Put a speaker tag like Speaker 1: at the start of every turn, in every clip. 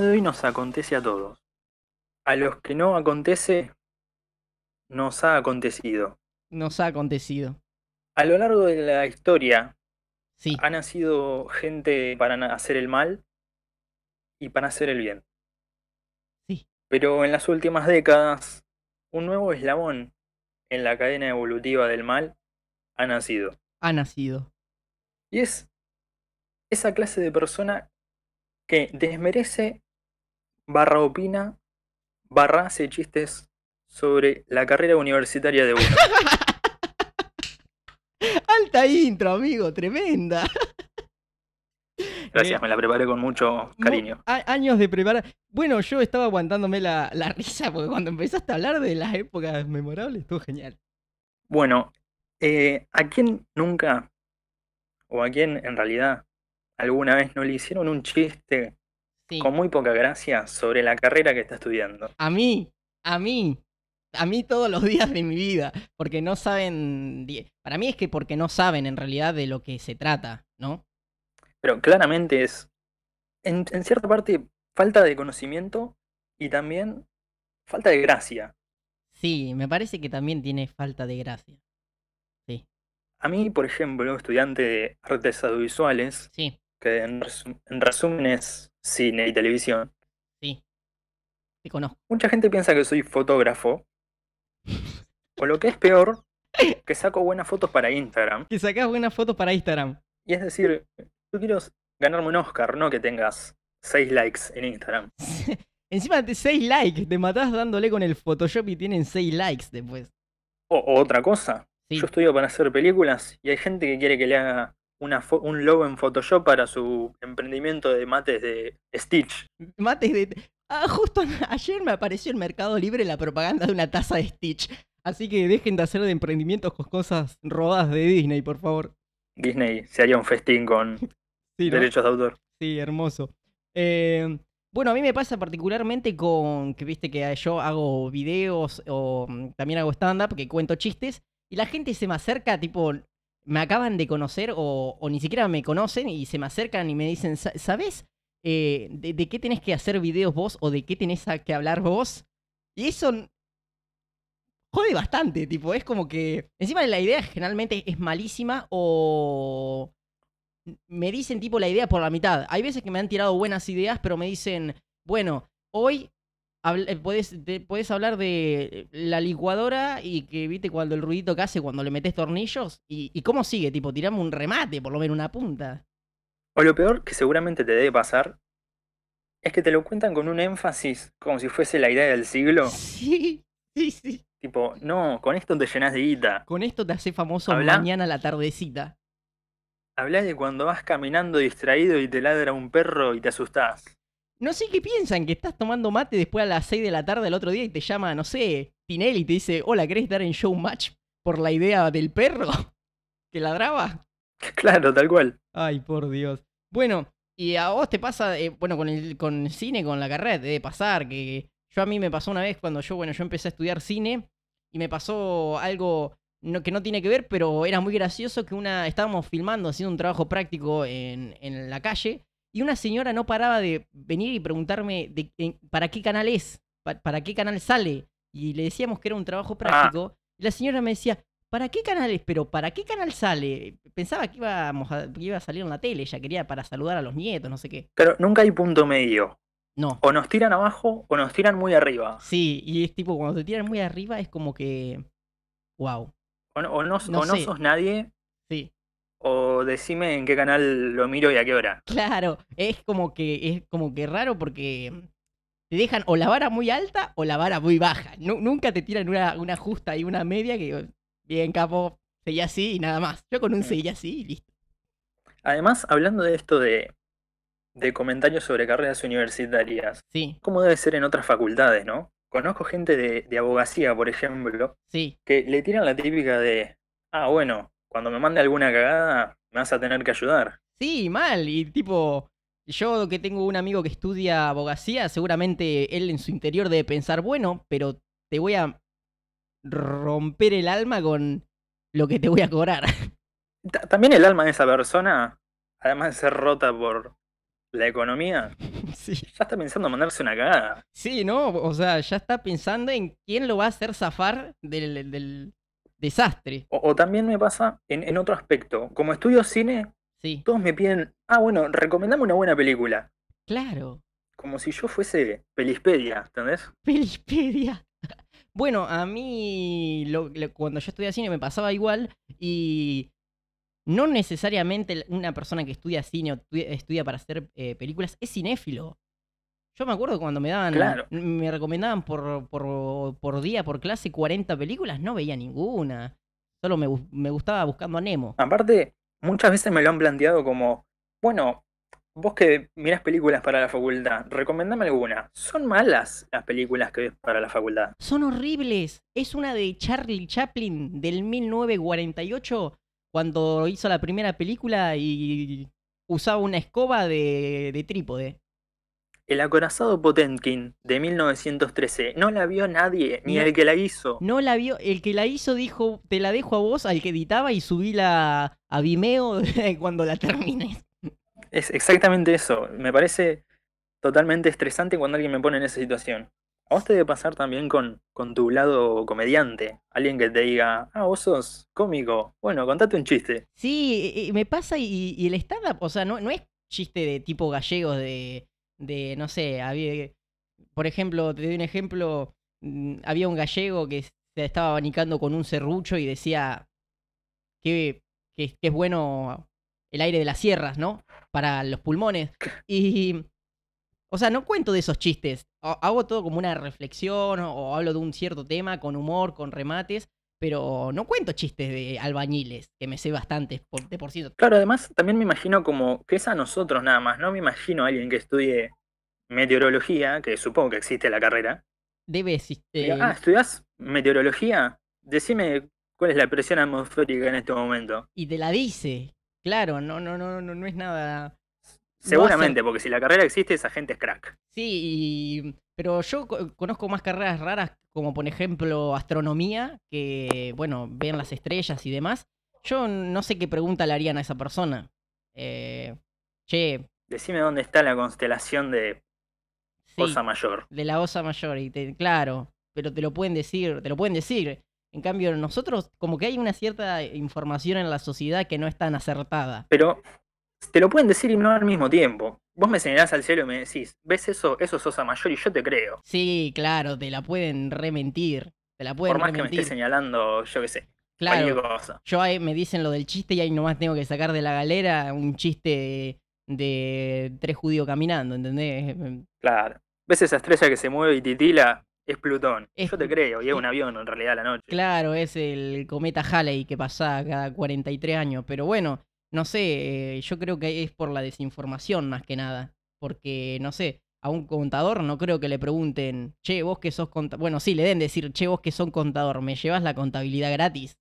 Speaker 1: de hoy nos acontece a todos. A los que no acontece, nos ha acontecido.
Speaker 2: Nos ha acontecido.
Speaker 1: A lo largo de la historia
Speaker 2: Sí,
Speaker 1: ha nacido gente para na- hacer el mal y para hacer el bien.
Speaker 2: Sí.
Speaker 1: Pero en las últimas décadas, un nuevo eslabón en la cadena evolutiva del mal ha nacido.
Speaker 2: ha nacido.
Speaker 1: Y es esa clase de persona que desmerece, barra opina, barra hace chistes sobre la carrera universitaria de uno.
Speaker 2: Alta intro, amigo, tremenda.
Speaker 1: Gracias, me la preparé con mucho
Speaker 2: Mu-
Speaker 1: cariño.
Speaker 2: a- años de preparar. Bueno, yo estaba aguantándome la, la risa porque cuando empezaste a hablar de las épocas memorables, estuvo genial.
Speaker 1: Bueno, eh, ¿a quién nunca, o a quién en realidad alguna vez no le hicieron un chiste
Speaker 2: Sí.
Speaker 1: con muy poca gracia sobre la carrera que está estudiando?
Speaker 2: A mí, a mí, a mí todos los días de mi vida, porque no saben. di- Para mí es que porque no saben en realidad de lo que se trata, ¿no?
Speaker 1: Pero claramente es, en, en cierta parte, falta de conocimiento y también falta de gracia.
Speaker 2: Sí, me parece que también tiene falta de gracia.
Speaker 1: A mí, por ejemplo, estudiante de artes audiovisuales,
Speaker 2: Sí,
Speaker 1: que en, resu- en resumen es cine y televisión,
Speaker 2: sí. Te conozco.
Speaker 1: Mucha gente piensa que soy fotógrafo. O lo que es peor, que saco buenas fotos para Instagram.
Speaker 2: Que sacás buenas fotos para Instagram.
Speaker 1: Y es decir, yo quiero ganarme un Oscar, no que tengas 6 likes en Instagram.
Speaker 2: Encima de 6 likes, te matás dándole con el Photoshop y tienen 6 likes después.
Speaker 1: O, o otra cosa,
Speaker 2: Sí,
Speaker 1: yo estudio para hacer películas y hay gente que quiere que le haga una fo- un logo en Photoshop para su emprendimiento de mates de Stitch.
Speaker 2: mates de... Ah, justo ayer me apareció en Mercado Libre la propaganda de una taza de Stitch. Así que dejen de hacer de emprendimientos con cosas robadas de Disney, por favor.
Speaker 1: Disney se haría un festín con
Speaker 2: Sí, ¿no?
Speaker 1: derechos de autor.
Speaker 2: Sí, hermoso. Eh, bueno, a mí me pasa particularmente con que viste que yo hago videos o mm, también hago stand-up, que cuento chistes, y la gente se me acerca, tipo, me acaban de conocer o, o ni siquiera me conocen y se me acercan y me dicen, "Sa- ¿sabés eh, de, de qué tenés que hacer videos vos o de qué tenés a- que hablar vos? Y eso n- jode bastante, tipo, es como que encima la idea generalmente es malísima o me dicen tipo la idea por la mitad. Hay veces que me han tirado buenas ideas, pero me dicen, bueno, hoy habl- eh, podés, te- podés hablar de eh, la licuadora y que viste cuando el ruidito que hace cuando le metes tornillos. ¿Y, y cómo sigue? Tipo, tirame un remate, por lo menos una punta.
Speaker 1: O lo peor que seguramente te debe pasar es que te lo cuentan con un énfasis, como si fuese la idea del siglo.
Speaker 2: Sí, sí, sí.
Speaker 1: Tipo, no, con esto te llenas de guita.
Speaker 2: Con esto te hace famoso
Speaker 1: Habla.
Speaker 2: mañana a la tardecita.
Speaker 1: Hablas de cuando vas caminando distraído y te ladra un perro y te asustás.
Speaker 2: No sé qué piensan, que estás tomando mate después a las 6 de la tarde del otro día y te llama, no sé, Tinelli y te dice, hola, ¿querés estar en Showmatch por la idea del perro que ladraba?
Speaker 1: Claro, tal cual.
Speaker 2: Ay, por Dios. Bueno, y a vos te pasa, eh, bueno, con el, con el cine, con la carrera, te debe pasar, que yo a mí me pasó una vez cuando yo, bueno, yo empecé a estudiar cine y me pasó algo no- que no tiene que ver, pero era muy gracioso que una, estábamos filmando, haciendo un trabajo práctico en, en la calle y una señora no paraba de venir y preguntarme de, en- para qué canal es, Pa- para qué canal sale. Y le decíamos que era un trabajo práctico. Y la señora me decía, ¿Para qué canales? Pero ¿para qué canal sale? Pensaba que, íbamos a- que iba a salir en la tele, ya quería para saludar a los nietos, no sé qué.
Speaker 1: Pero nunca hay punto medio.
Speaker 2: No.
Speaker 1: O nos tiran abajo o nos tiran muy arriba.
Speaker 2: Sí, y es tipo, cuando te tiran muy arriba es como que... ¡Wow!
Speaker 1: O no, o no-
Speaker 2: No
Speaker 1: o no
Speaker 2: sé.
Speaker 1: sos nadie,
Speaker 2: Sí.
Speaker 1: o decime en qué canal lo miro y a qué hora.
Speaker 2: Claro, es como que es como que raro porque mm, te dejan o la vara muy alta o la vara muy baja. Nu- nunca te tiran una, una justa y una media que... oh, Bien, capo, seguí así y nada más. Yo con un
Speaker 1: Mm.
Speaker 2: seguí así y listo.
Speaker 1: Además, hablando de esto de, de comentarios sobre carreras universitarias,
Speaker 2: Sí,
Speaker 1: ¿cómo debe ser en otras facultades, no? Conozco gente de, de abogacía, por ejemplo,
Speaker 2: sí.
Speaker 1: que le tiran la típica de, ah, bueno, cuando me mande alguna cagada, me vas a tener que ayudar.
Speaker 2: Sí, mal. Y tipo, yo que tengo un amigo que estudia abogacía, seguramente él en su interior debe pensar, bueno, pero te voy a romper el alma con lo que te voy a cobrar.
Speaker 1: Ta- También el alma de esa persona, además de ser rota por la economía,
Speaker 2: Sí.
Speaker 1: ya está pensando en mandarse una cagada.
Speaker 2: Sí, ¿no? O sea, ya está pensando en quién lo va a hacer zafar del, del desastre.
Speaker 1: O, o también me pasa en, en otro aspecto. Como estudio cine,
Speaker 2: Sí,
Speaker 1: todos me piden, ah, bueno, recomendame una buena película.
Speaker 2: claro.
Speaker 1: Como si yo fuese Pelispedia, ¿entendés?
Speaker 2: Pelispedia. Bueno, a mí lo- lo- cuando yo estudié cine me pasaba igual y no necesariamente la- una persona que estudia cine o tu- estudia para hacer eh, películas es cinéfilo. Yo me acuerdo cuando me daban,
Speaker 1: Claro.
Speaker 2: me recomendaban por, por, por día, por clase, 40 películas, no veía ninguna. Solo me, bus- me gustaba buscando a Nemo.
Speaker 1: Aparte, muchas veces me lo han planteado como, bueno, vos que mirás películas para la facultad, recomendame alguna. Son malas las películas que ves para la facultad.
Speaker 2: Son horribles. Es una de Charlie Chaplin del 1948, cuando hizo la primera película y usaba una escoba de, de trípode.
Speaker 1: El acorazado Potemkin de 1913 no la vio nadie, ni
Speaker 2: No.
Speaker 1: el que la hizo.
Speaker 2: No la vio. El que la hizo dijo: Te la dejo a vos, al que editaba, y subíla a Vimeo cuando la termines.
Speaker 1: Es exactamente eso. Me parece totalmente estresante cuando alguien me pone en esa situación. A vos te debe pasar también con, con tu lado comediante. Alguien que te diga, ah, vos sos cómico. Bueno, contate un chiste.
Speaker 2: Sí, eh, eh, me pasa y, y el stand-up, o sea, no, no es chiste de tipo gallegos de, de no sé, había, por ejemplo, te doy un ejemplo, mm, había un gallego que se estaba abanicando con un serrucho y decía que, que- que es bueno el aire de las sierras, ¿no? Para los pulmones. Y, o sea, no cuento de esos chistes, Ha- hago todo como una reflexión o- o hablo de un cierto tema con humor, con remates pero no cuento chistes de albañiles, que me sé bastantes, por, de por cierto.
Speaker 1: Claro, además también me imagino como que es a nosotros nada más. No me imagino a alguien que estudie meteorología, que supongo que existe la carrera.
Speaker 2: Debe existir.
Speaker 1: Diga, ah, ¿estudias meteorología? Decime cuál es la presión atmosférica en este momento.
Speaker 2: Y te la dice. Claro, no, no, no, no, no es nada.
Speaker 1: Seguramente, porque si la carrera existe, esa gente es crack.
Speaker 2: Sí, y- pero yo co- conozco más carreras raras, como por ejemplo astronomía, que, bueno, ven las estrellas y demás. Yo no sé qué pregunta le harían a esa persona. Eh, che,
Speaker 1: Decime dónde está la constelación de
Speaker 2: sí.
Speaker 1: Cosa Mayor.
Speaker 2: de la osa mayor y te- claro pero te lo pueden decir te lo pueden decir en cambio nosotros como que hay una cierta información en la sociedad que no es tan acertada
Speaker 1: Pero te lo pueden decir y no al mismo tiempo. Vos me señalás al cielo y me decís, ¿ves eso? Eso es Osa Mayor y yo te creo.
Speaker 2: sí claro te la pueden rementir te la pueden
Speaker 1: Por más que me
Speaker 2: rementir
Speaker 1: estés señalando, yo qué sé,
Speaker 2: claro
Speaker 1: cualquier cosa.
Speaker 2: yo ahí me dicen lo del chiste y ahí nomás tengo que sacar de la galera un chiste de, de tres judíos caminando ¿entendés?
Speaker 1: Claro. ¿Ves esa estrella que se mueve y titila? Es Plutón.
Speaker 2: Es
Speaker 1: yo te
Speaker 2: Plu-
Speaker 1: creo, y es
Speaker 2: sí.
Speaker 1: un avión en realidad a la noche.
Speaker 2: Claro, es el cometa Halley que pasa cada 43 años, pero bueno, no sé, eh, yo creo que es por la desinformación más que nada, porque no sé, a un contador no creo que le pregunten, che, vos que sos contador, bueno, sí, le deben decir, che, vos que son contador, ¿me llevas la contabilidad gratis?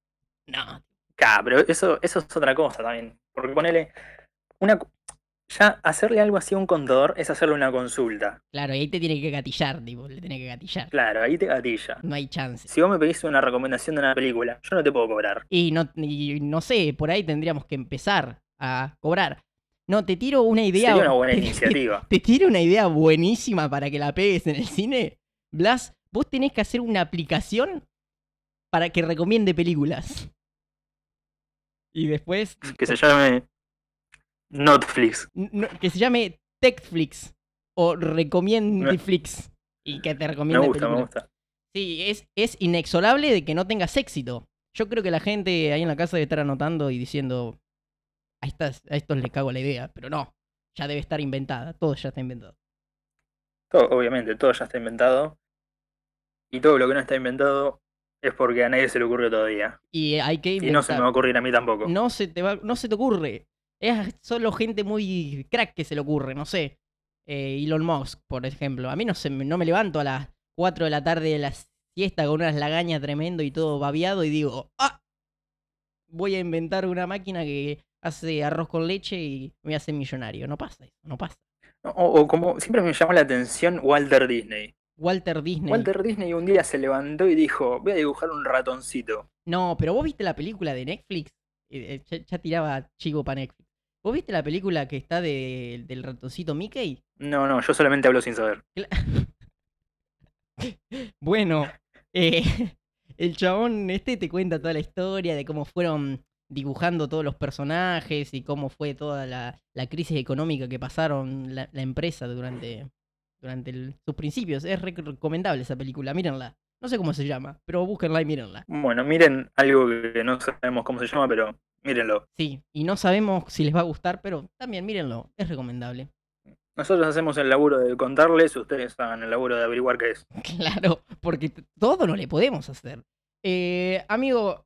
Speaker 2: No,
Speaker 1: Claro, pero eso, eso es otra cosa también. Porque ponele. Una, cu- ya hacerle algo así a un contador es hacerle una consulta.
Speaker 2: claro, y ahí te tiene que gatillar, tipo, le tiene que gatillar,
Speaker 1: Claro, ahí te gatilla.
Speaker 2: no hay chance.
Speaker 1: Si vos me pedís una recomendación de una película, yo no te puedo cobrar.
Speaker 2: Y no, y no sé, por ahí tendríamos que empezar a cobrar. No, te tiro una idea.
Speaker 1: Sería una buena
Speaker 2: te-
Speaker 1: iniciativa.
Speaker 2: Te tiro una idea buenísima para que la pegues en el cine. Blas, vos tenés que hacer una aplicación para que recomiende películas. Y después,
Speaker 1: Que se llame Netflix.
Speaker 2: n- no- que se llame Techflix o Recomiendiflix. Y que te
Speaker 1: Me
Speaker 2: recomiende
Speaker 1: gusta, me
Speaker 2: películas.
Speaker 1: gusta.
Speaker 2: Sí, es, es inexorable de que no tengas éxito. Yo creo que la gente ahí en la casa debe estar anotando y diciendo, a, estas, a estos les cago la idea, pero no, ya debe estar inventada, todo ya está inventado.
Speaker 1: Todo- obviamente, todo ya está inventado. Y todo lo que no está inventado es porque a nadie se le ocurrió todavía.
Speaker 2: Y hay que inventar.
Speaker 1: Y no se me va a ocurrir a mí tampoco.
Speaker 2: No se te va, no se te ocurre. Es solo gente muy crack que se le ocurre, no sé. Eh, Elon Musk, por ejemplo. A mí no, se, me- no me levanto a las 4 de la tarde de la siesta con unas lagañas tremendo y todo babeado y digo, ¡ah! Voy a inventar una máquina que hace arroz con leche y me hace millonario. No pasa eso, no pasa.
Speaker 1: O, o como siempre me llamó la atención Walter Disney.
Speaker 2: Walter Disney.
Speaker 1: Walter Disney un día se levantó y dijo, voy a dibujar un ratoncito.
Speaker 2: No, pero vos viste la película de Netflix. Eh, eh, ya, ya tiraba chivo para Netflix. ¿Vos viste la película que está de- del ratoncito Mickey?
Speaker 1: No, no, yo solamente hablo sin saber.
Speaker 2: Bueno, eh, el chabón este te cuenta toda la historia de cómo fueron dibujando todos los personajes y cómo fue toda la, la crisis económica que pasaron la, la empresa durante, durante el- sus principios. Es re- recomendable esa película, mírenla. No sé cómo se llama, pero búsquenla y mírenla.
Speaker 1: Bueno, miren algo que no sabemos cómo se llama, pero mírenlo.
Speaker 2: Sí, y no sabemos si les va a gustar, pero también mírenlo, es recomendable.
Speaker 1: Nosotros hacemos el laburo de contarles, ustedes hagan el laburo de averiguar qué es.
Speaker 2: Claro, porque t- todo no le podemos hacer. Eh, amigo,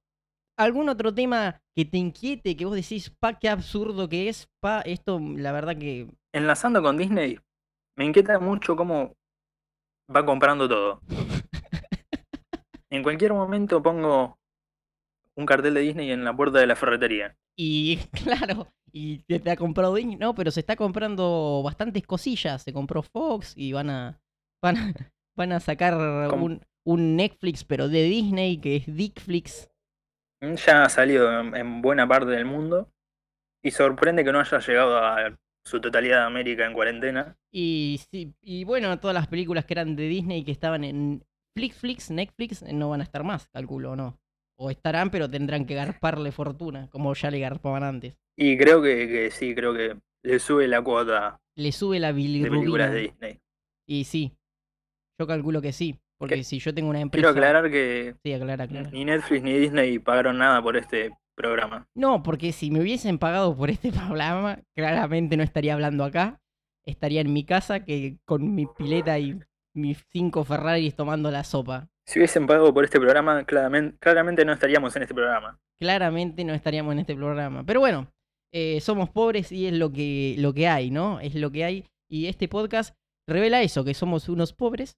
Speaker 2: ¿algún otro tema que te inquiete, que vos decís, pa, qué absurdo que es, pa, esto la verdad que...
Speaker 1: Enlazando con Disney, me inquieta mucho cómo va comprando todo. En cualquier momento pongo un cartel de Disney en la puerta de la ferretería.
Speaker 2: Y claro, y te, te ha comprado Disney, no, pero se está comprando bastantes cosillas, se compró Fox y van a, van a, van a sacar
Speaker 1: Com-
Speaker 2: un, un Netflix, pero de Disney, que es Dickflix.
Speaker 1: Mm, Ya ha salido en en buena parte del mundo y sorprende que no haya llegado a su totalidad de América en cuarentena.
Speaker 2: Y, sí, y bueno, todas las películas que eran de Disney que estaban en Flixflix, Netflix, eh, no van a estar más, calculo, ¿o ¿no? O estarán, pero tendrán que garparle fortuna, como ya le garpaban antes.
Speaker 1: Y creo que, que sí, creo que le sube la cuota
Speaker 2: Le sube la
Speaker 1: de películas de
Speaker 2: bilirrubina.
Speaker 1: Disney.
Speaker 2: Y sí, yo calculo que sí, porque
Speaker 1: Que-
Speaker 2: si yo tengo una empresa...
Speaker 1: Quiero aclarar que
Speaker 2: Sí, aclara, aclara.
Speaker 1: Ni Netflix ni Disney pagaron nada por este programa.
Speaker 2: No, porque si me hubiesen pagado por este programa, claramente no estaría hablando acá. Estaría en mi casa que con mi pileta y mis cinco Ferraris tomando la sopa.
Speaker 1: Si hubiesen pagado por este programa, claramente, claramente no estaríamos en este programa.
Speaker 2: claramente no estaríamos en este programa. Pero bueno, eh, somos pobres y es lo que, lo que hay, ¿no? Es lo que hay. Y este podcast revela eso, que somos unos pobres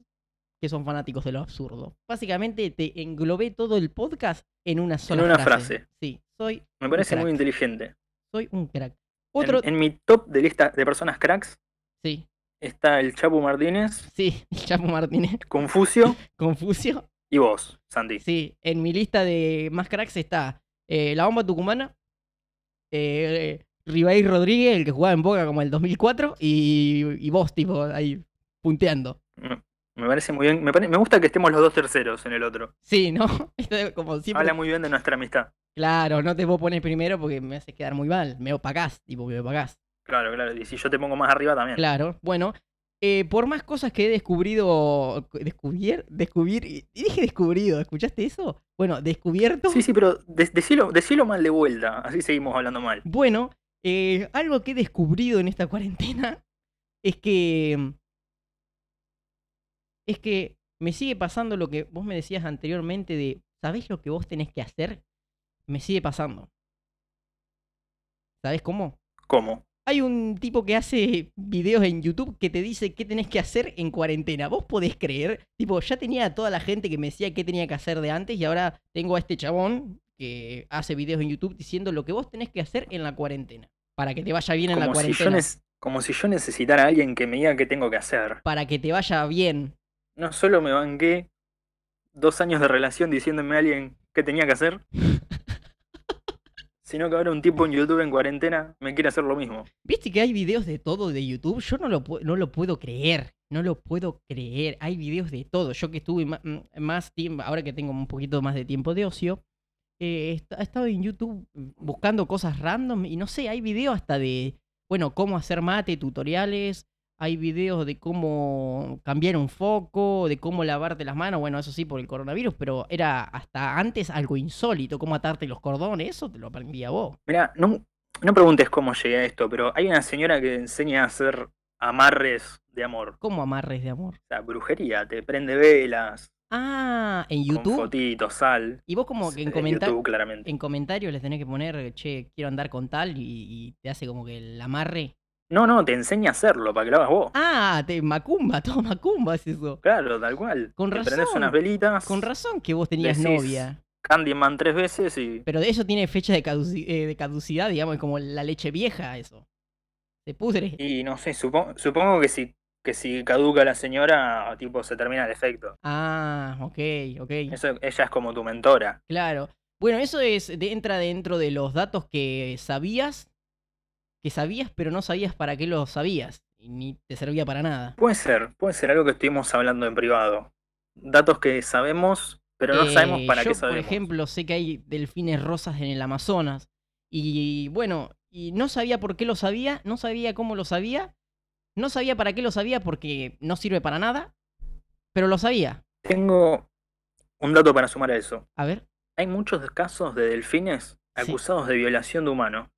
Speaker 2: que son fanáticos de lo absurdo. Básicamente te englobé todo el podcast en una sola
Speaker 1: una frase.
Speaker 2: Sí, soy,
Speaker 1: Me parece
Speaker 2: crack.
Speaker 1: muy inteligente.
Speaker 2: soy un crack.
Speaker 1: En-
Speaker 2: Otro...
Speaker 1: En, mi top de lista de personas cracks
Speaker 2: Sí,
Speaker 1: está el Chapu Martínez,
Speaker 2: sí, Chapo Martínez.
Speaker 1: Confucio
Speaker 2: Confucio.
Speaker 1: y vos, Sandy.
Speaker 2: Sí, en mi lista de más cracks está eh, La Bomba Tucumana, eh, Ribey Rodríguez, el que jugaba en Boca como el 2004, y, y vos, tipo, ahí punteando.
Speaker 1: Me, Mm, me parece muy bien. Me, pare- me gusta que estemos los dos terceros en el otro.
Speaker 2: Sí, ¿no? Esto es como siempre.
Speaker 1: Habla muy bien de nuestra amistad.
Speaker 2: Claro, no te vos pones primero porque me haces quedar muy mal. Me opacás, tipo, me opacás.
Speaker 1: Claro, claro. Y si yo te pongo más arriba también.
Speaker 2: Claro, bueno. eh, por más cosas que he descubrido. Descubrir. Descubrir. y- y Dije descubrido, ¿escuchaste eso? Bueno, descubierto.
Speaker 1: Sí, sí, pero de- decilo, decilo mal de vuelta. Así seguimos hablando mal.
Speaker 2: Bueno, eh, algo que he descubrido en esta cuarentena es que. Es que me sigue pasando lo que vos me decías anteriormente de. ¿Sabés lo que vos tenés que hacer? Me sigue pasando. ¿Sabés cómo?
Speaker 1: ¿Cómo?
Speaker 2: Hay un tipo que hace videos en YouTube que te dice qué tenés que hacer en cuarentena. ¿Vos podés creer? Tipo, ya tenía a toda la gente que me decía qué tenía que hacer de antes y ahora tengo a este chabón que hace videos en YouTube diciendo lo que vos tenés que hacer en la cuarentena. Para que te vaya bien en la
Speaker 1: Como si, yo
Speaker 2: cuarentena.
Speaker 1: nec- como si yo necesitara a alguien que me diga qué tengo que hacer.
Speaker 2: Para que te vaya bien.
Speaker 1: No solo me banqué dos años de relación diciéndome a alguien qué tenía que hacer, sino que ahora un tipo en YouTube en cuarentena me quiere hacer lo mismo.
Speaker 2: ¿Viste que hay videos de todo de YouTube? Yo no lo, pu- no lo puedo creer. No lo puedo creer. Hay videos de todo. Yo que estuve ma- m- más tiempo, ahora que tengo un poquito más de tiempo de ocio, eh, est- he estado en YouTube mm, buscando cosas random y no sé, hay videos hasta de, bueno, cómo hacer mate, tutoriales. Hay videos de cómo cambiar un foco, de cómo lavarte las manos. Bueno, eso sí, por el coronavirus, pero era hasta antes algo insólito. Cómo atarte los cordones, eso te lo aprendí a vos.
Speaker 1: Mirá, no, no preguntes cómo llegué a esto, pero hay una señora que enseña a hacer amarres de amor.
Speaker 2: ¿Cómo amarres de amor?
Speaker 1: O sea, brujería, te prende velas,
Speaker 2: Ah, en
Speaker 1: con
Speaker 2: YouTube.
Speaker 1: fotitos, sal.
Speaker 2: Y vos como que en,
Speaker 1: Eh,
Speaker 2: comenta-
Speaker 1: YouTube, claramente.
Speaker 2: en comentarios les tenés que poner, che, quiero andar con tal y, y te hace como que el amarre.
Speaker 1: No, no, te enseña a hacerlo para que lo hagas vos.
Speaker 2: Ah, te, Macumba, todo Macumba es eso.
Speaker 1: Claro, tal cual.
Speaker 2: Con
Speaker 1: Te prendés
Speaker 2: razón,
Speaker 1: unas velitas,
Speaker 2: Con razón que vos tenías
Speaker 1: Decís-
Speaker 2: novia.
Speaker 1: Candyman tres veces y
Speaker 2: Pero de eso tiene fecha de, caduci- eh, de caducidad, digamos, es como la leche vieja eso. Se pudre.
Speaker 1: Y no sé, supo- supongo que si, que si caduca la señora, ah, tipo, se termina el efecto.
Speaker 2: Ah, ok, ok.
Speaker 1: Eso, ella es como tu mentora.
Speaker 2: Claro. Bueno, eso es de- entra dentro de los datos que sabías que sabías, pero no sabías para qué lo sabías. Y ni te servía para nada.
Speaker 1: Puede ser, puede ser algo que estuvimos hablando en privado. Datos que sabemos, pero no sabemos
Speaker 2: Eh,
Speaker 1: para
Speaker 2: yo,
Speaker 1: qué sabemos.
Speaker 2: Por ejemplo, sé que hay delfines rosas en el Amazonas. Y bueno, y no sabía por qué lo sabía, no sabía cómo lo sabía, no sabía para qué lo sabía porque no sirve para nada, pero lo sabía.
Speaker 1: Tengo un dato para sumar a eso.
Speaker 2: A ver,
Speaker 1: Hay muchos casos de delfines
Speaker 2: Sí.
Speaker 1: acusados de violación de humano.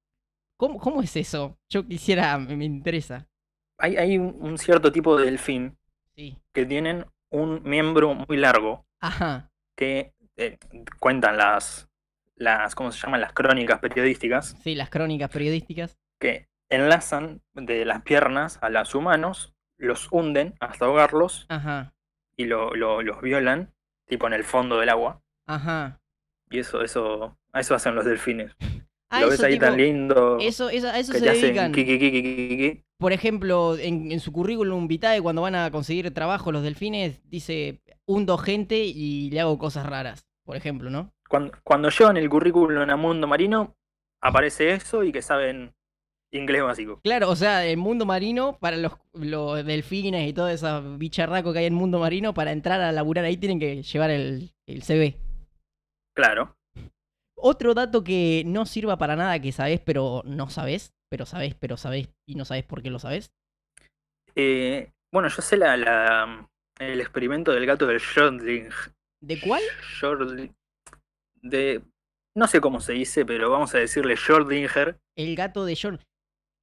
Speaker 2: ¿cómo, cómo es eso? Yo quisiera, me, me interesa.
Speaker 1: Hay, hay un un cierto tipo de delfín
Speaker 2: Sí.
Speaker 1: que tienen un miembro muy largo
Speaker 2: Ajá,
Speaker 1: que eh, cuentan las, las, ¿cómo se llaman? Las crónicas periodísticas
Speaker 2: sí, las crónicas periodísticas.
Speaker 1: que enlazan de las piernas a los humanos, los hunden hasta ahogarlos
Speaker 2: Ajá,
Speaker 1: y lo- lo- los violan, tipo en el fondo del agua.
Speaker 2: ajá.
Speaker 1: Y eso, eso, a eso hacen los delfines.
Speaker 2: Ah,
Speaker 1: lo ves
Speaker 2: eso,
Speaker 1: ahí tan
Speaker 2: tipo,
Speaker 1: lindo
Speaker 2: eso, eso- a eso
Speaker 1: que
Speaker 2: se
Speaker 1: te hacen
Speaker 2: dedican.
Speaker 1: ki, ki, ki, ki, ki, ki.
Speaker 2: Por ejemplo, en, en su currículum vitae, cuando van a conseguir trabajo los delfines, dice, hundo gente y le hago cosas raras, por ejemplo, ¿no?
Speaker 1: Cuando, cuando llevan el currículum a mundo marino, aparece eso y que saben inglés básico.
Speaker 2: Claro, o sea, el mundo marino, para los, los delfines y todo esos bicharracos que hay en mundo marino, para entrar a laburar ahí tienen que llevar el, el CV.
Speaker 1: Claro.
Speaker 2: Otro dato que no sirva para nada, que sabes, pero no sabes, pero sabes, pero sabes y no sabes por qué lo sabes.
Speaker 1: Eh, bueno, yo sé la, la- el experimento del gato del Schrödinger.
Speaker 2: ¿De cuál?
Speaker 1: Schrödinger- De, no sé cómo se dice, pero vamos a decirle Schrödinger.
Speaker 2: El gato de John.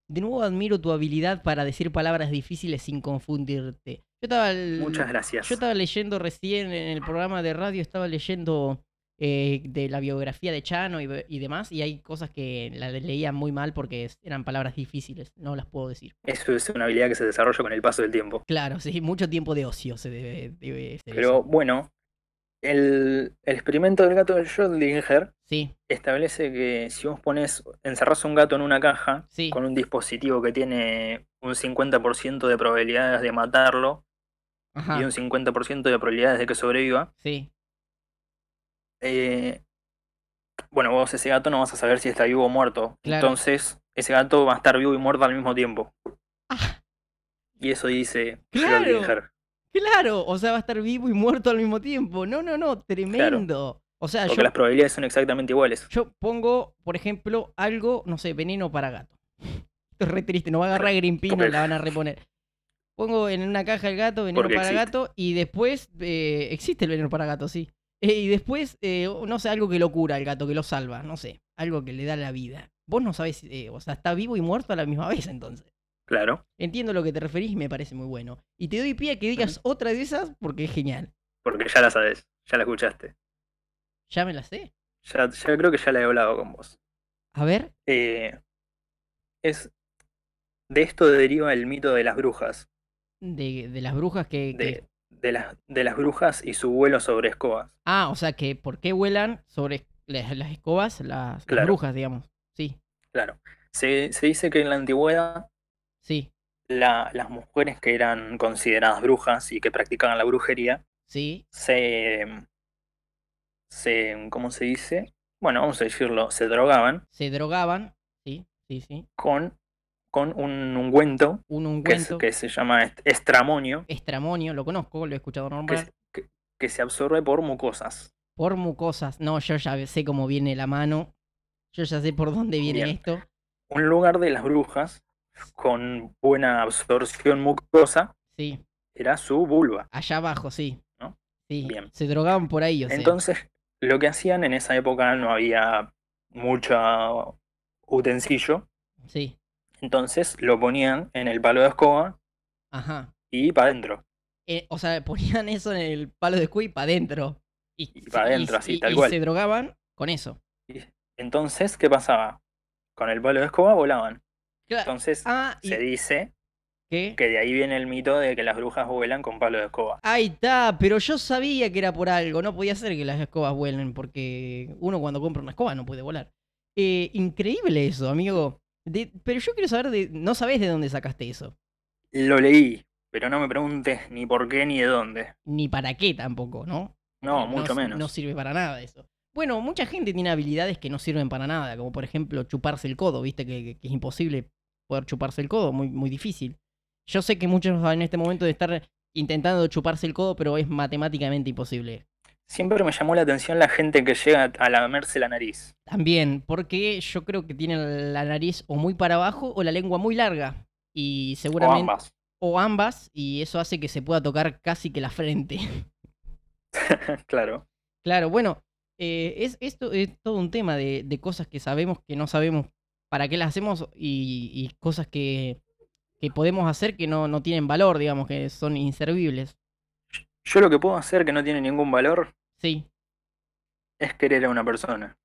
Speaker 2: De nuevo admiro tu habilidad para decir palabras difíciles sin confundirte. Yo estaba, l-
Speaker 1: Muchas gracias.
Speaker 2: Mm, yo estaba leyendo recién en el programa de radio, estaba leyendo eh, de la biografía de Chano y, y demás, y hay cosas que la leía muy mal porque es- eran palabras difíciles, no las puedo decir.
Speaker 1: Eso es una habilidad que se desarrolla con el paso del tiempo.
Speaker 2: Claro, sí, mucho tiempo de ocio se debe, debe ser
Speaker 1: Pero
Speaker 2: eso.
Speaker 1: bueno, el, el experimento del gato de Schrödinger
Speaker 2: Sí,
Speaker 1: establece que si vos pones, encerrás un gato en una caja
Speaker 2: sí.
Speaker 1: con un dispositivo que tiene un 50% de probabilidades de matarlo
Speaker 2: Ajá,
Speaker 1: y un 50% de probabilidades de que sobreviva,
Speaker 2: sí.
Speaker 1: eh, bueno, vos ese gato no vas a saber si está vivo o muerto.
Speaker 2: Claro.
Speaker 1: Entonces, ese gato va a estar vivo y muerto al mismo tiempo.
Speaker 2: Ah.
Speaker 1: Y eso dice
Speaker 2: Claro.
Speaker 1: Schrödinger.
Speaker 2: Claro, o sea, va a estar vivo y muerto al mismo tiempo. No, no, no, tremendo. O sea,
Speaker 1: Porque
Speaker 2: Ah, yo
Speaker 1: las probabilidades son exactamente iguales.
Speaker 2: Yo pongo, por ejemplo, algo, no sé, veneno para gato. Esto es re triste, no va a agarrar Greenpeace, no
Speaker 1: Porque-
Speaker 2: la van a reponer. Pongo en una caja el gato, veneno
Speaker 1: Porque
Speaker 2: para
Speaker 1: existe.
Speaker 2: gato, y después. eh, existe el veneno para gato, sí. Eh, y después, eh, no sé, algo que lo cura al gato, que lo salva, no sé. Algo que le da la vida. Vos no sabés, eh, o sea, está vivo y muerto a la misma vez, entonces.
Speaker 1: Claro.
Speaker 2: Entiendo lo que te referís y me parece muy bueno. Y te doy pie a que digas otra de esas porque es genial.
Speaker 1: Porque ya la sabes, ya la escuchaste.
Speaker 2: Ya me la sé.
Speaker 1: Ya, ya creo que ya la he hablado con vos.
Speaker 2: A ver.
Speaker 1: Eh, es de esto deriva el mito de las brujas,
Speaker 2: De, de las brujas que, que
Speaker 1: de, de las de las brujas y su vuelo sobre escobas.
Speaker 2: Ah, o sea que ¿por qué vuelan sobre las, las escobas las, las
Speaker 1: Claro.
Speaker 2: brujas, digamos? Sí,
Speaker 1: Claro. Se, se dice que en la antigüedad
Speaker 2: sí,
Speaker 1: la- las mujeres que eran consideradas brujas y que practicaban la brujería
Speaker 2: sí,
Speaker 1: se se ¿cómo se dice? Bueno, vamos a decirlo, se drogaban
Speaker 2: se drogaban, sí, sí, sí.
Speaker 1: con con un ungüento
Speaker 2: Un
Speaker 1: que, es-
Speaker 2: ungüento,
Speaker 1: que se llama est- estramonio.
Speaker 2: estramonio, lo conozco, lo he escuchado
Speaker 1: que,
Speaker 2: nombrar,
Speaker 1: se- que- que se absorbe por mucosas.
Speaker 2: por mucosas. No, yo ya sé cómo viene la mano, yo ya sé por dónde viene
Speaker 1: Bien.
Speaker 2: esto.
Speaker 1: Un lugar de las brujas con buena absorción mucosa
Speaker 2: Sí,
Speaker 1: era su vulva.
Speaker 2: allá abajo, sí.
Speaker 1: ¿No?
Speaker 2: Sí,
Speaker 1: Bien.
Speaker 2: se drogaban por ahí, o sea.
Speaker 1: Entonces, lo que hacían en esa época no había mucho utensilio,
Speaker 2: Sí,
Speaker 1: entonces lo ponían en el palo de escoba
Speaker 2: ajá.
Speaker 1: y para adentro.
Speaker 2: Eh, o sea, ponían eso en el palo de escudo y para adentro.
Speaker 1: Y pa' adentro, así, tal
Speaker 2: y
Speaker 1: cual.
Speaker 2: se drogaban con eso.
Speaker 1: Entonces, ¿qué pasaba? Con el palo de escoba volaban.
Speaker 2: Claro.
Speaker 1: Entonces,
Speaker 2: Ah, y
Speaker 1: se dice
Speaker 2: que...
Speaker 1: que de ahí viene el mito de que las brujas vuelan con palo de escoba.
Speaker 2: Ahí está, pero yo sabía que era por algo. No podía ser que las escobas vuelen, porque uno cuando compra una escoba no puede volar. Eh, increíble eso, amigo. De- pero yo quiero saber, de, no sabés de dónde sacaste eso,
Speaker 1: Lo leí, pero no me preguntes ni por qué ni de dónde.
Speaker 2: ni para qué tampoco, ¿no?
Speaker 1: No,
Speaker 2: Eh,
Speaker 1: mucho
Speaker 2: si-
Speaker 1: menos.
Speaker 2: No sirve para nada eso. Bueno, mucha gente tiene habilidades que no sirven para nada, como por ejemplo chuparse el codo, viste que, que- que es imposible poder chuparse el codo, muy, muy difícil. Yo sé que muchos en este momento de estar intentando chuparse el codo, pero es matemáticamente imposible.
Speaker 1: Siempre me llamó la atención la gente que llega a lamerse la nariz.
Speaker 2: También, porque yo creo que tienen la nariz o muy para abajo o la lengua muy larga. Y seguramente.
Speaker 1: O ambas.
Speaker 2: o ambas, y eso hace que se pueda tocar casi que la frente.
Speaker 1: claro.
Speaker 2: Claro, bueno, eh, es, esto es todo un tema de, de cosas que sabemos que no sabemos para qué las hacemos y, y cosas que, que podemos hacer que no, no tienen valor, digamos, que son inservibles.
Speaker 1: Yo lo que puedo hacer que no tiene ningún valor
Speaker 2: Sí,
Speaker 1: es querer a una persona.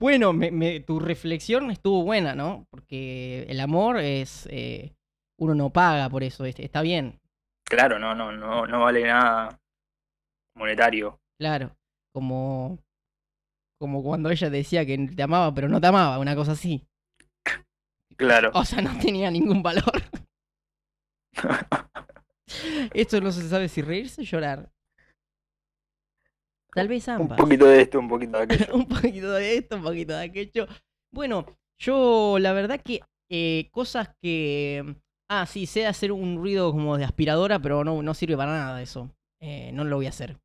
Speaker 2: Bueno, me- me- tu reflexión estuvo buena, ¿no? Porque el amor es... eh, uno no paga por eso, es- está bien,
Speaker 1: Claro, no, no, no, no vale nada monetario.
Speaker 2: claro. Como, como cuando ella decía que te amaba, pero no te amaba, una cosa así.
Speaker 1: Claro.
Speaker 2: O sea, no tenía ningún valor. Esto no se sabe si reírse o llorar. Tal vez
Speaker 1: un
Speaker 2: ambas.
Speaker 1: poquito de esto, un poquito de aquello.
Speaker 2: un poquito de esto, un poquito de aquello. Bueno, yo la verdad que eh, cosas que... Ah, sí, sé hacer un ruido como de aspiradora, pero no, no sirve para nada eso. Eh, no lo voy a hacer.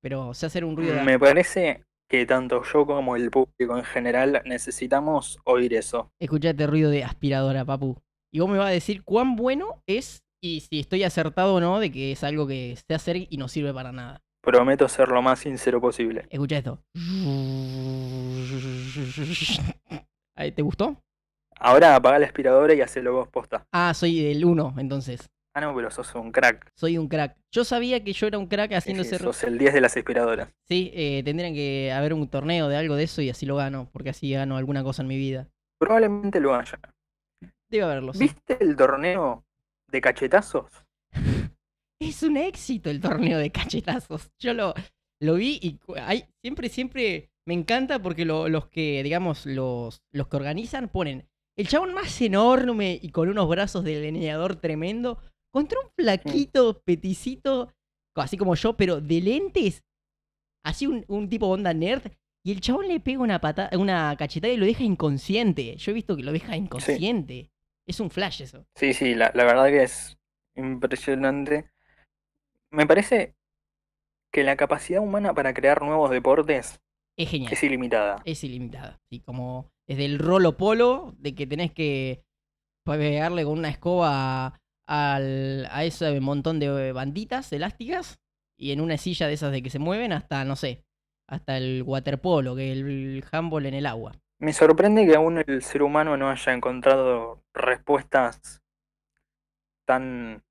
Speaker 2: Pero sé hacer un ruido de...
Speaker 1: Me parece que tanto yo como el público en general necesitamos oír eso.
Speaker 2: Escuchate este ruido de aspiradora, papu. Y vos me vas a decir cuán bueno es y si estoy acertado o no de que es algo que sé hacer y no sirve para nada.
Speaker 1: Prometo ser lo más sincero posible.
Speaker 2: Escucha esto. Ahí, ¿Te gustó?
Speaker 1: Ahora apaga la aspiradora y hacelo vos posta.
Speaker 2: Ah, soy el 1, entonces.
Speaker 1: Ah, no, pero sos un crack.
Speaker 2: Soy un crack. Yo sabía que yo era un crack
Speaker 1: Sí,
Speaker 2: haciendo
Speaker 1: sí,
Speaker 2: ese ru-
Speaker 1: sos el 10 de las aspiradoras.
Speaker 2: Sí, eh, tendrían que haber un torneo de algo de eso y así lo gano, porque así gano alguna cosa en mi vida.
Speaker 1: Probablemente lo haya.
Speaker 2: Debe haberlo. sí.
Speaker 1: ¿Viste el torneo de cachetazos?
Speaker 2: Es un éxito el torneo de cachetazos. Yo lo, lo vi y cu- hay, siempre, siempre me encanta porque lo- los que, digamos, los, los que organizan ponen el chabón más enorme y con unos brazos de delineador tremendo contra un flaquito, peticito, así como yo, pero de lentes. Así un, un tipo onda nerd. Y el chabón le pega una, pata, una cachetada y lo deja inconsciente. Yo he visto que lo deja inconsciente. Es un flash eso.
Speaker 1: Sí, sí, la, la verdad que es impresionante. Me parece que la capacidad humana para crear nuevos deportes
Speaker 2: Es genial.
Speaker 1: es ilimitada.
Speaker 2: es ilimitada. Sí, como desde el rolo polo, de que tenés que pegarle con una escoba a, al- a ese montón de banditas elásticas y en una silla de esas de que se mueven hasta, no sé, hasta el waterpolo, que es el handball en el agua.
Speaker 1: Me sorprende que aún el ser humano no haya encontrado respuestas tan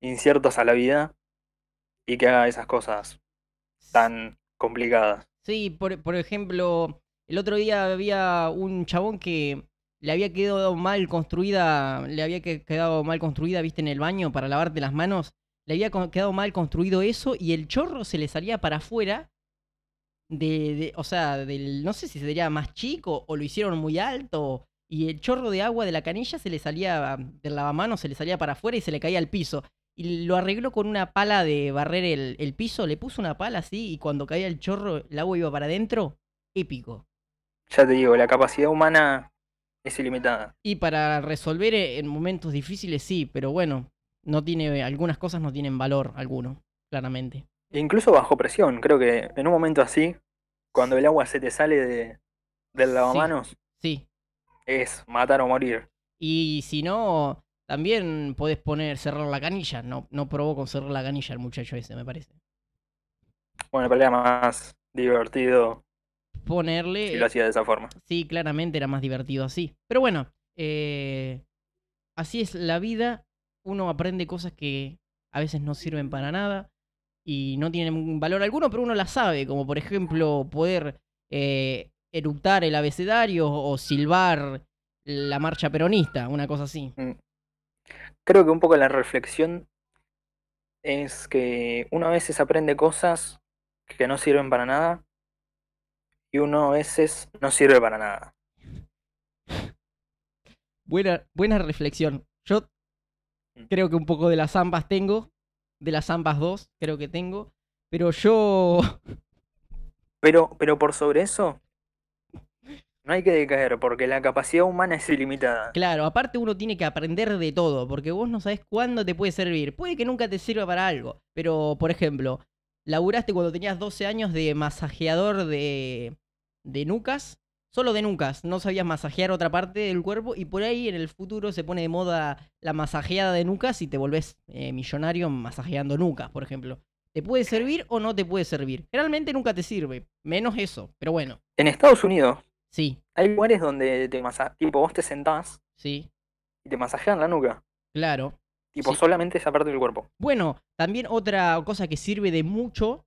Speaker 1: inciertas a la vida y que haga esas cosas tan complicadas.
Speaker 2: Sí, por, por ejemplo, el otro día había un chabón que le había quedado mal construida, le había que- quedado mal construida, viste, en el baño para lavarte las manos, le había co- quedado mal construido eso y el chorro se le salía para afuera, de, de- o sea, del, no sé si sería más chico o lo hicieron muy alto y el chorro de agua de la canilla se le salía, del lavamanos se le salía para afuera y se le caía al piso. Y lo arregló con una pala de barrer el, el piso, le puso una pala así y cuando caía el chorro el agua iba para adentro. Épico.
Speaker 1: Ya te digo, la capacidad humana es ilimitada.
Speaker 2: Y para resolver eh, en momentos difíciles sí, pero bueno, no tiene, algunas cosas no tienen valor alguno, claramente.
Speaker 1: E incluso bajo presión, creo que en un momento así, cuando el agua se te sale de, del
Speaker 2: Sí.
Speaker 1: lavamanos,
Speaker 2: Sí.
Speaker 1: es matar o morir.
Speaker 2: Y si no, también podés poner, cerrar la canilla. No, no probó con cerrar la canilla el muchacho ese, me parece.
Speaker 1: Bueno, pelea más divertido
Speaker 2: Ponerle.
Speaker 1: si lo hacía de esa forma.
Speaker 2: Sí, claramente era más divertido así. Pero bueno, eh, así es la vida. Uno aprende cosas que a veces no sirven para nada y no tienen un valor alguno, pero uno las sabe, como por ejemplo poder eh, eructar el abecedario o silbar la marcha peronista, una cosa así.
Speaker 1: Creo que un poco la reflexión es que uno a veces aprende cosas que no sirven para nada y uno a veces no sirve para nada.
Speaker 2: Buena, buena reflexión. Yo creo que un poco de las ambas tengo, de las ambas dos creo que tengo, pero yo
Speaker 1: Pero, pero por sobre eso, No hay que decaer, porque la capacidad humana es ilimitada.
Speaker 2: Claro, aparte uno tiene que aprender de todo, porque vos no sabés cuándo te puede servir. Puede que nunca te sirva para algo, pero por ejemplo, laburaste cuando tenías 12 años de masajeador de, de nucas, solo de nucas, no sabías masajear otra parte del cuerpo y por ahí en el futuro se pone de moda la masajeada de nucas y te volvés eh, millonario masajeando nucas, por ejemplo. ¿Te puede servir o no te puede servir? Generalmente nunca te sirve, menos eso, pero bueno,
Speaker 1: En Estados Unidos
Speaker 2: sí,
Speaker 1: hay lugares donde te masa- tipo vos te sentás
Speaker 2: sí,
Speaker 1: y te masajean la nuca.
Speaker 2: claro.
Speaker 1: Tipo
Speaker 2: Sí.
Speaker 1: solamente esa parte del cuerpo.
Speaker 2: Bueno, también otra cosa que sirve de mucho,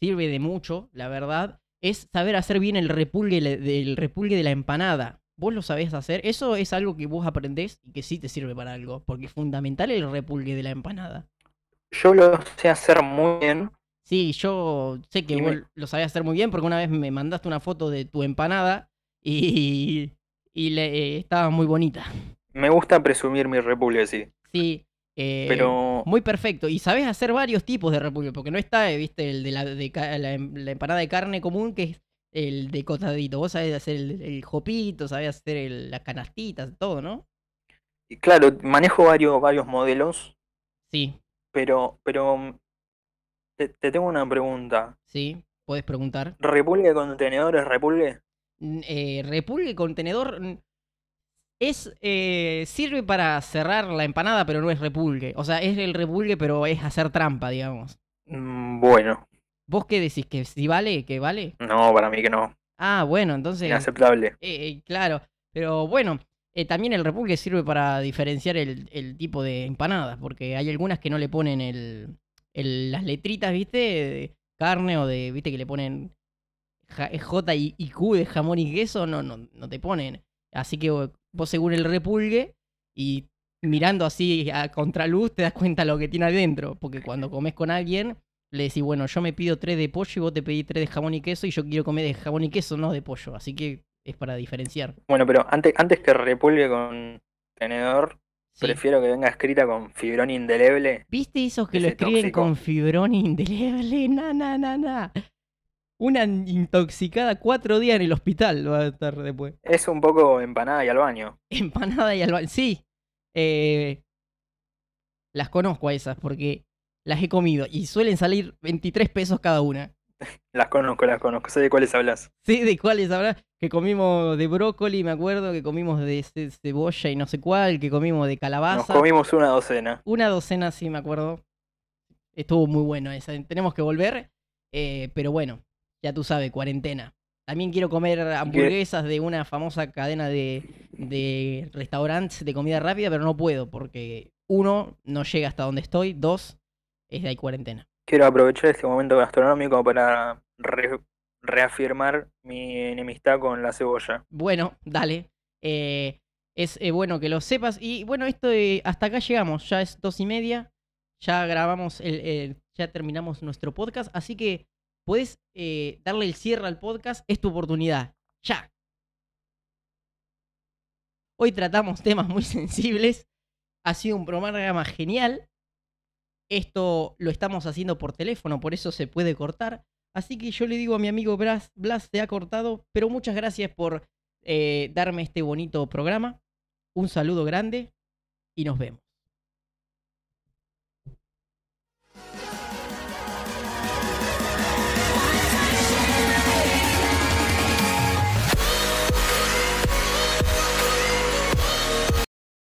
Speaker 2: sirve de mucho, la verdad, es saber hacer bien el repulgue le- del repulgue de la empanada. Vos lo sabés hacer, eso es algo que vos aprendés y que sí te sirve para algo, porque es fundamental el repulgue de la empanada.
Speaker 1: Yo lo sé hacer muy bien.
Speaker 2: Sí, yo sé que
Speaker 1: Y
Speaker 2: vos
Speaker 1: me-
Speaker 2: lo sabés hacer muy bien porque una vez me mandaste una foto de tu empanada y, y le, eh, estaba muy bonita.
Speaker 1: Me gusta presumir mi repulgue así.
Speaker 2: Sí, eh,
Speaker 1: Pero
Speaker 2: Muy perfecto. Y sabes hacer varios tipos de repulgue, porque no está, eh, viste, el de la, de ca- la em- la empanada de carne común, que es el de cotadito. Vos sabés hacer el, el jopito, sabés hacer el- las canastitas, todo, ¿no?
Speaker 1: y claro, manejo varios, varios modelos,
Speaker 2: Sí,
Speaker 1: pero, pero mm, te, te tengo una pregunta.
Speaker 2: sí, puedes preguntar.
Speaker 1: ¿Repulgue de contenedor es repulgue?
Speaker 2: Mm, eh, repulgue contenedor mm, es eh, sirve para cerrar la empanada, pero no es repulgue. O sea, es el repulgue, pero es hacer trampa, digamos.
Speaker 1: Mm, Bueno,
Speaker 2: ¿Vos qué decís? ¿Que si vale? ¿Que vale?
Speaker 1: no, para mí que no.
Speaker 2: Ah, bueno, entonces...
Speaker 1: Inaceptable.
Speaker 2: Eh, eh, claro, pero bueno, eh, también el repulgue sirve para diferenciar el, el tipo de empanadas, porque hay algunas que no le ponen el, el- las letritas, ¿viste? De carne o de, ¿viste? Que le ponen ja- J y, y Q de jamón y queso, no, no, no te ponen. Así que vos vos según el repulgue y mirando así a contraluz te das cuenta lo que tiene adentro, porque cuando comes con alguien... Le decís, bueno, yo me pido tres de pollo y vos te pedís tres de jamón y queso y yo quiero comer de jamón y queso, no de pollo. Así que es para diferenciar.
Speaker 1: Bueno, pero antes, antes que repulgue con tenedor,
Speaker 2: Sí.
Speaker 1: prefiero que venga escrita con fibrón indeleble.
Speaker 2: ¿Viste esos que lo
Speaker 1: Ese
Speaker 2: escriben
Speaker 1: tóxico.
Speaker 2: con fibrón indeleble? Na, na, na, na. Una intoxicada cuatro días en el hospital va a estar después.
Speaker 1: Es un poco empanada y al baño.
Speaker 2: Empanada y alba. Sí. eh, las conozco a esas porque las he comido y suelen salir 23 pesos cada una.
Speaker 1: Las conozco, las conozco. Sé de cuáles hablas.
Speaker 2: Sí, de cuáles habrá. Que comimos de brócoli, me acuerdo, que comimos de ce- cebolla y no sé cuál, que comimos de
Speaker 1: Nos
Speaker 2: calabaza.
Speaker 1: comimos una docena.
Speaker 2: Una docena, sí, me acuerdo. Estuvo muy bueno esa. Tenemos que volver. eh, pero bueno, ya tú sabes, cuarentena. También quiero comer hamburguesas de una famosa cadena de, de restaurantes de comida rápida, pero no puedo porque, uno, no llega hasta donde estoy. Dos, es de ahí cuarentena.
Speaker 1: Quiero aprovechar este momento gastronómico para re- reafirmar mi enemistad con la cebolla.
Speaker 2: Bueno, dale. eh, es eh, bueno que lo sepas. Y bueno, esto eh, hasta acá llegamos. Ya es dos y media. Ya grabamos, el, el- ya terminamos nuestro podcast. Así que puedes eh, darle el cierre al podcast. Es tu oportunidad. Ya. Hoy tratamos temas muy sensibles. Ha sido un programa genial. Esto lo estamos haciendo por teléfono, por eso se puede cortar. Así que yo le digo a mi amigo Blas, Blas se ha cortado, pero muchas gracias por eh, darme este bonito programa. Un saludo grande y nos vemos.